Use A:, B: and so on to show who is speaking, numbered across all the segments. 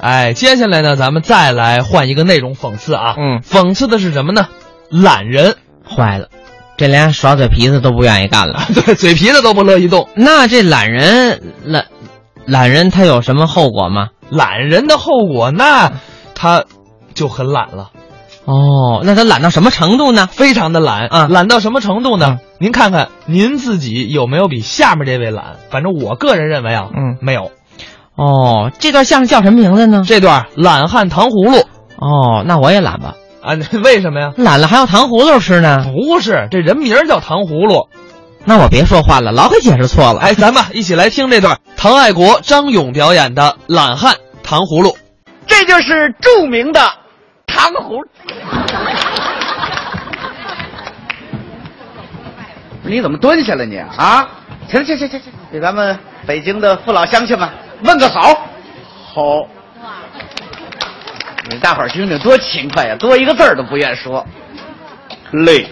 A: 哎，接下来呢，咱们再来换一个内容讽刺啊。
B: 嗯
A: 讽刺的是什么呢？懒人，
B: 坏了，这连耍嘴皮子都不愿意干了。
A: 对，嘴皮子都不乐意动。
B: 那这懒人懒懒人他有什么后果吗？
A: 懒人的后果，那他就很懒了，
B: 哦，那他懒到什么程度呢？
A: 非常的懒
B: 啊嗯
A: 懒到什么程度呢？您看看您自己有没有比下面这位懒？反正我个人认为啊，
B: 嗯
A: 没有。
B: 哦，这段相声叫什么名字呢？
A: 这段懒汉糖葫芦
B: 哦，那我也懒吧，
A: 啊， 为什么呀？
B: 懒了还要糖葫芦吃呢。
A: 不是，这人名儿叫糖葫芦。
B: 那我别说话了，老给解释错了。
A: 哎，咱们一起来听这段唐爱国、张勇表演的《懒汉糖葫芦》。
C: 这就是著名的糖葫芦。你怎么蹲下了你啊？行了行行行行，给咱们北京的父老乡亲们问个好。好。你大伙儿听听多勤快呀、多一个字儿都不愿说。
D: 累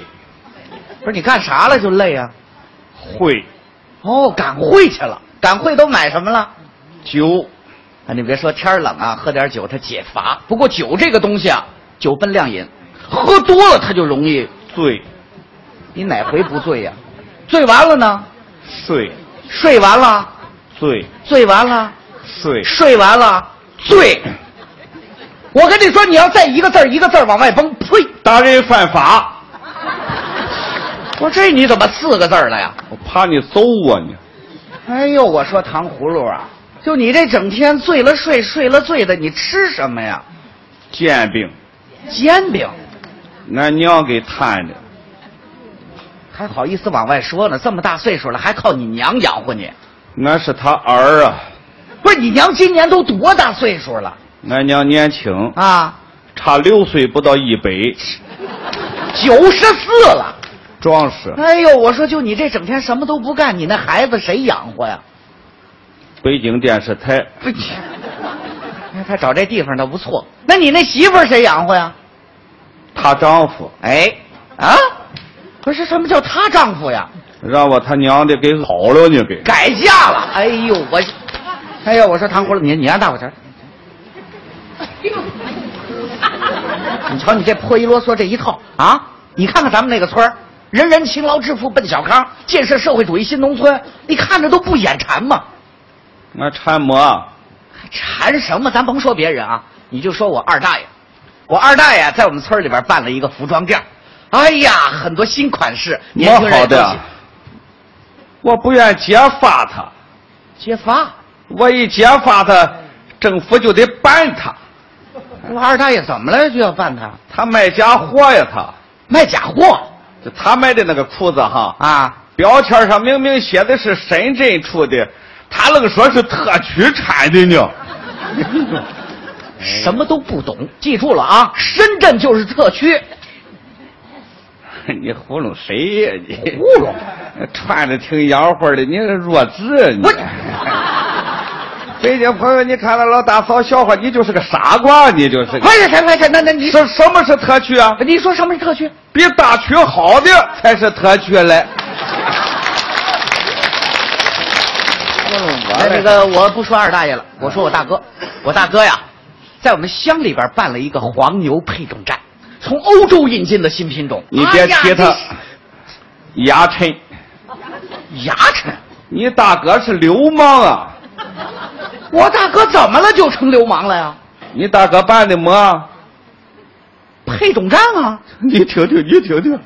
C: 不是你干啥了就累啊？
D: 会
C: 哦，赶会去了。赶会都买什么了？
D: 酒
C: 啊，你别说天儿冷啊，喝点酒它解乏。不过酒这个东西啊，酒奔量饮，喝多了它就容易
D: 醉
C: 你哪回不醉呀、醉完了呢？
D: 睡
C: 睡完了，
D: 醉
C: 醉完了，
D: 睡
C: 睡完了，醉。我跟你说，你要再一个字儿一个字儿往外崩，呸！
D: 打人犯法，
C: 我说这你怎么四个字儿了呀？
D: 我怕你揍我呢。
C: 哎呦，我说糖葫芦啊，就你这整天醉了睡，睡了醉的，你吃什么呀？
D: 煎饼，
C: 煎饼，
D: 俺娘给摊的，
C: 还好意思往外说呢？这么大岁数了，还靠你娘养活你？
D: 俺是他儿啊。
C: 不是，你娘今年都多大岁数了
D: 俺娘年轻，
C: 啊？
D: 差六岁不到一百，
C: 九十四了。
D: 壮实。
C: 哎呦，我说就你这整天什么都不干，你那孩子谁养活呀？
D: 北京电视台，
C: 不，他找这地方倒不错。那你那媳妇儿谁养活呀？
D: 她丈夫
C: 哎，啊，不是什么叫她丈夫呀？
D: 让我他娘的给跑了呢，给
C: 改嫁了。哎呦，我，哎呦，我说唐葫芦，你你让大伙瞧。你瞧你这破衣啰嗦这一套啊！你看看咱们那个村儿，人人勤劳致富奔小康，建设社会主义新农村，你看着都不眼馋吗？
D: 俺啊馋么？
C: 馋什么？咱甭说别人啊，你就说我二大爷，我二大爷在我们村里边办了一个服装店儿，哎呀，很多新款式，年轻
D: 么
C: 人
D: 好
C: 也都
D: 的
C: 喜
D: 啊，我不愿揭发他，
C: 揭发。
D: 我一揭发他，政府就得办他。
C: 我二大爷怎么了就要办他
D: 他卖假货呀，他
C: 卖假货
D: 就他卖的那个裤子哈，
C: 啊？
D: 标签上明明写的是深圳出的，他愣说是特区产的呢。
C: 什么都不懂，记住了
D: 哎
C: 啊！深圳就是特区，
D: 你糊弄谁呀、你？
C: 糊弄
D: 穿着挺洋货的，你是弱智啊你
C: 我。
D: 北京朋友，你看了老大嫂笑话，你就是个傻瓜，你就是个。
C: 快点，快点，快点！那那你
D: 什什么是特区啊？
C: 你说什么是特区？
D: 比大区好的才是特区嘞。
C: 嗯那哎那个我不说二大爷了，我说我大哥，我大哥呀，在我们乡里边办了一个黄牛配种站，从欧洲引进的新品种。
D: 你别提
C: 哎
D: 他
C: 呀
D: 牙碜，
C: 这牙碜，
D: 你大哥是流氓啊！
C: 我大哥怎么了就成流氓了呀？
D: 你大哥办的么？
C: 配种站啊，
D: 你听听，你听听，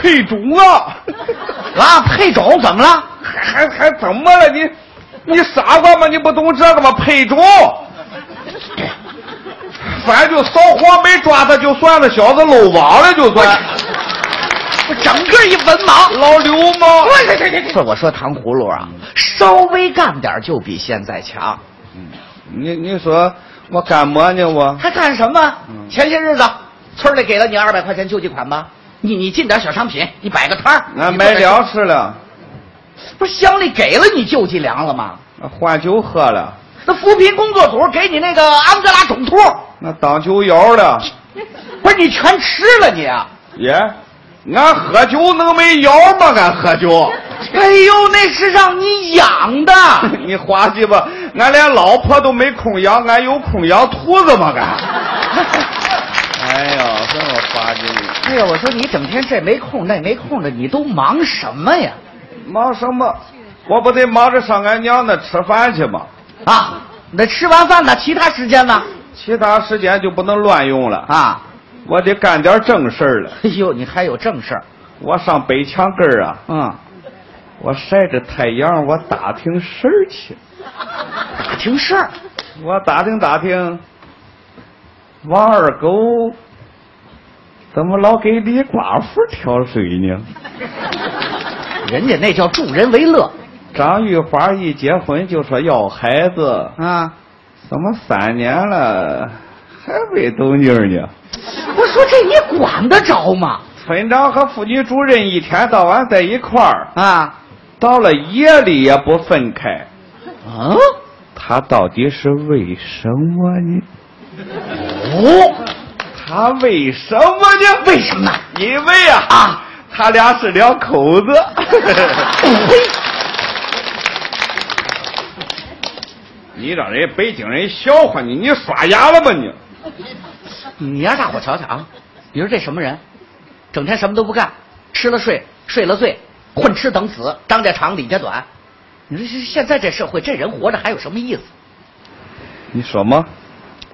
D: 配种啊，
C: 啊，配种怎么了？
D: 还还还怎么了？你你傻瓜吗？你不懂这个吗？配种，反正就扫黄没抓他就算了，小子漏网了就算，
C: 我整个一文盲。哎
D: 老流氓。
C: 不是我说糖葫芦啊，稍微干点就比现在强。
D: 你你说我干么呢？我
C: 他干什么？前些日子村里给了你二百块钱救济款吧？你你进点小商品，你摆个摊儿，
D: 俺
C: 你
D: 买
C: 做点
D: 粮食了，
C: 不是乡里给了你救济粮了吗？
D: 俺换酒喝了，
C: 那扶贫工作组给你那个安哥拉种兔，
D: 俺当酒窑了。
C: 不是你全吃了你啊？
D: 耶，俺喝酒能没腰吗？俺喝酒，
C: 哎呦，那是让你养的，
D: 你滑稽吧？俺连老婆都没空养，俺有空养兔子吗？俺。哎呀，这么滑稽！
C: 哎呀，我说你整天这没空那没空的，你都忙什么呀？
D: 忙什么？我不得忙着上俺娘那吃饭去吗？
C: 啊，那吃完饭呢？其他时间呢？
D: 其他时间就不能乱用了。
C: 啊，
D: 我得干点正事儿了。
C: 哎呦，你还有正事儿？
D: 我上北墙根儿啊，
C: 嗯，
D: 我晒着太阳，我打听事儿去。
C: 打听事儿。
D: 我打听打听，王二狗怎么老给李寡妇挑水呢？
C: 人家那叫助人为乐
D: 张玉华一结婚就说要孩子，
C: 啊！
D: 怎么三年了还没动静呢？
C: 我说这你管得着吗？
D: 村长和妇女主任一天到晚在一块儿，
C: 啊，
D: 到了夜里也不分开，
C: 嗯，
D: 他到底是为什么呢？
C: 哦，
D: 他为什么呢？
C: 为什么？
D: 因为啊，
C: 啊
D: 他俩是两口子。
C: 哦
D: 你让人北京人笑话你，你刷牙了吧你？
C: 你让大伙瞧瞧啊！你说这什么人？整天什么都不干，吃了睡，睡了醉，混吃等死，张家长李家短。你说这现在这社会，这人活着还有什么意思？
D: 你说吗？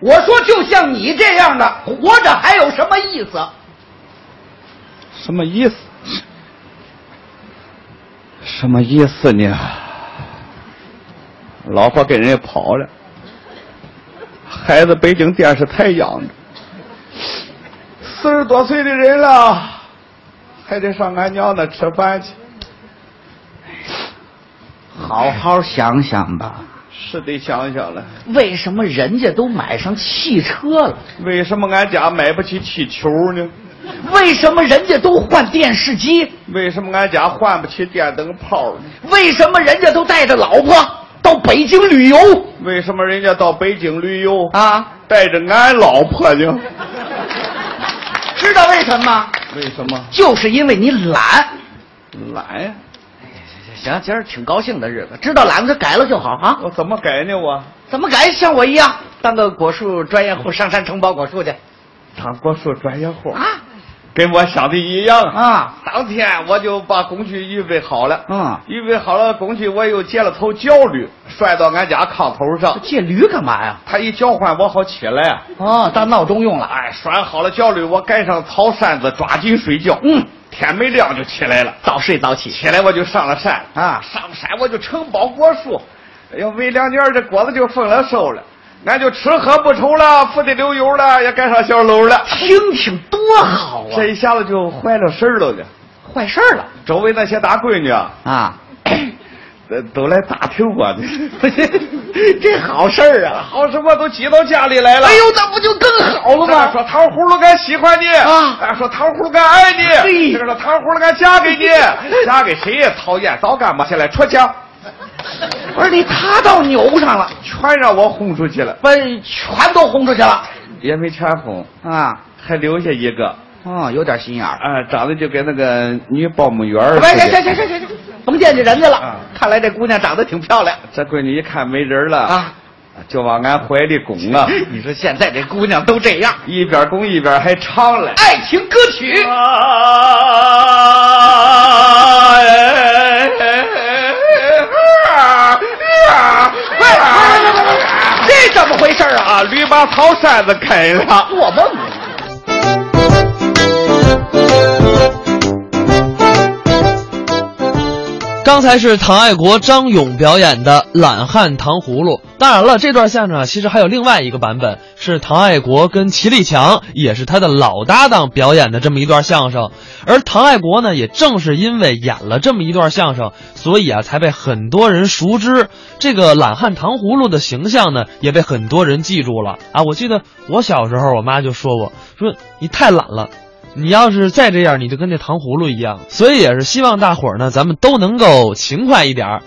C: 我说，就像你这样的，活着还有什么意思？
D: 什么意思？什么意思呢？老婆跟人家跑了，孩子北京电视台养着，四十多岁的人了，还得上俺娘那吃饭去。
C: 好好想想吧。
D: 是得想想了，
C: 为什么人家都买上汽车了？
D: 为什么俺家买不起气球呢？
C: 为什么人家都换电视机？
D: 为什么俺家换不起电灯泡呢？
C: 为什么人家都带着老婆到北京旅游
D: 为什么人家到北京旅游，
C: 啊？
D: 带着俺老婆呢？
C: 知道为什么吗？
D: 为什么？
C: 就是因为你懒。
D: 懒呀、
C: 行，今儿挺高兴的日子，知道懒就改了就好啊。
D: 我怎么改呢？我
C: 怎么改？像我一样，当个果树专业户，上山承包果树去
D: 当果树专业户，
C: 啊
D: 跟我想的一样。
C: 啊！
D: 当天我就把工具预备好了，
C: 嗯
D: 预备好了工具，我又接了头焦驴，摔到俺家炕头上。
C: 借驴干嘛呀？
D: 他一叫唤我好起来，啊
C: 哦，当闹钟用了。
D: 哎，拴好了焦驴，我盖上草扇子，抓紧睡觉。
C: 嗯，
D: 天没亮就起来了，
C: 早睡早起
D: 起来我就上了山
C: 啊
D: 上山我就承包果树，哎呦，没两年这果子就丰了收了，俺就吃喝不愁了，富得流油了，也盖上小楼了。
C: 听听多好啊！
D: 这一下子就坏了事儿了呢。
C: 坏事儿了
D: 周围那些大闺女啊，
C: 啊！
D: 都都来打听我呢。
C: 这好事儿啊！
D: 好什么都挤到家里来了。
C: 哎呦，那不就更好了
D: 这个
C: 吗？
D: 说糖葫芦俺喜欢你
C: 啊
D: 哎说糖葫芦俺爱你，
C: 嘿
D: 这个说糖葫芦俺嫁 给你，嫁给谁呀？讨厌，早干嘛去了？出去，
C: 不是你，他到牛上了，
D: 全让我轰出去了，
C: 把全都轰出去了
D: 也没全轰，
C: 啊！
D: 还留下一个，
C: 哦，有点心眼儿。
D: 啊，长得就跟那个女保姆员儿似
C: 喂，行行
D: 的。
C: 行行行行，甭惦记人家了。
D: 啊
C: 看来这姑娘长得挺漂亮
D: 这闺女一看没人了，
C: 啊。
D: 就往俺怀里拱啊，
C: 你说现在这姑娘都这样，
D: 一边拱一边还唱来。
C: 爱情歌曲
D: 啊
C: 啊这怎么回事儿啊？
D: 啊，驴把草扇子开了。
C: 做梦啊呢！
B: 刚才是唐爱国、张勇表演的《懒汉糖葫芦》。当然了，这段相声啊，其实还有另外一个版本，是唐爱国跟齐立强，也是他的老搭档表演的这么一段相声。而唐爱国呢，也正是因为演了这么一段相声，所以啊，才被很多人熟知。这个懒汉糖葫芦的形象呢，也被很多人记住了啊。我记得我小时候，我妈就说我说你太懒了。你要是再这样，你就跟那糖葫芦一样。所以也是希望大伙儿呢，咱们都能够勤快一点儿。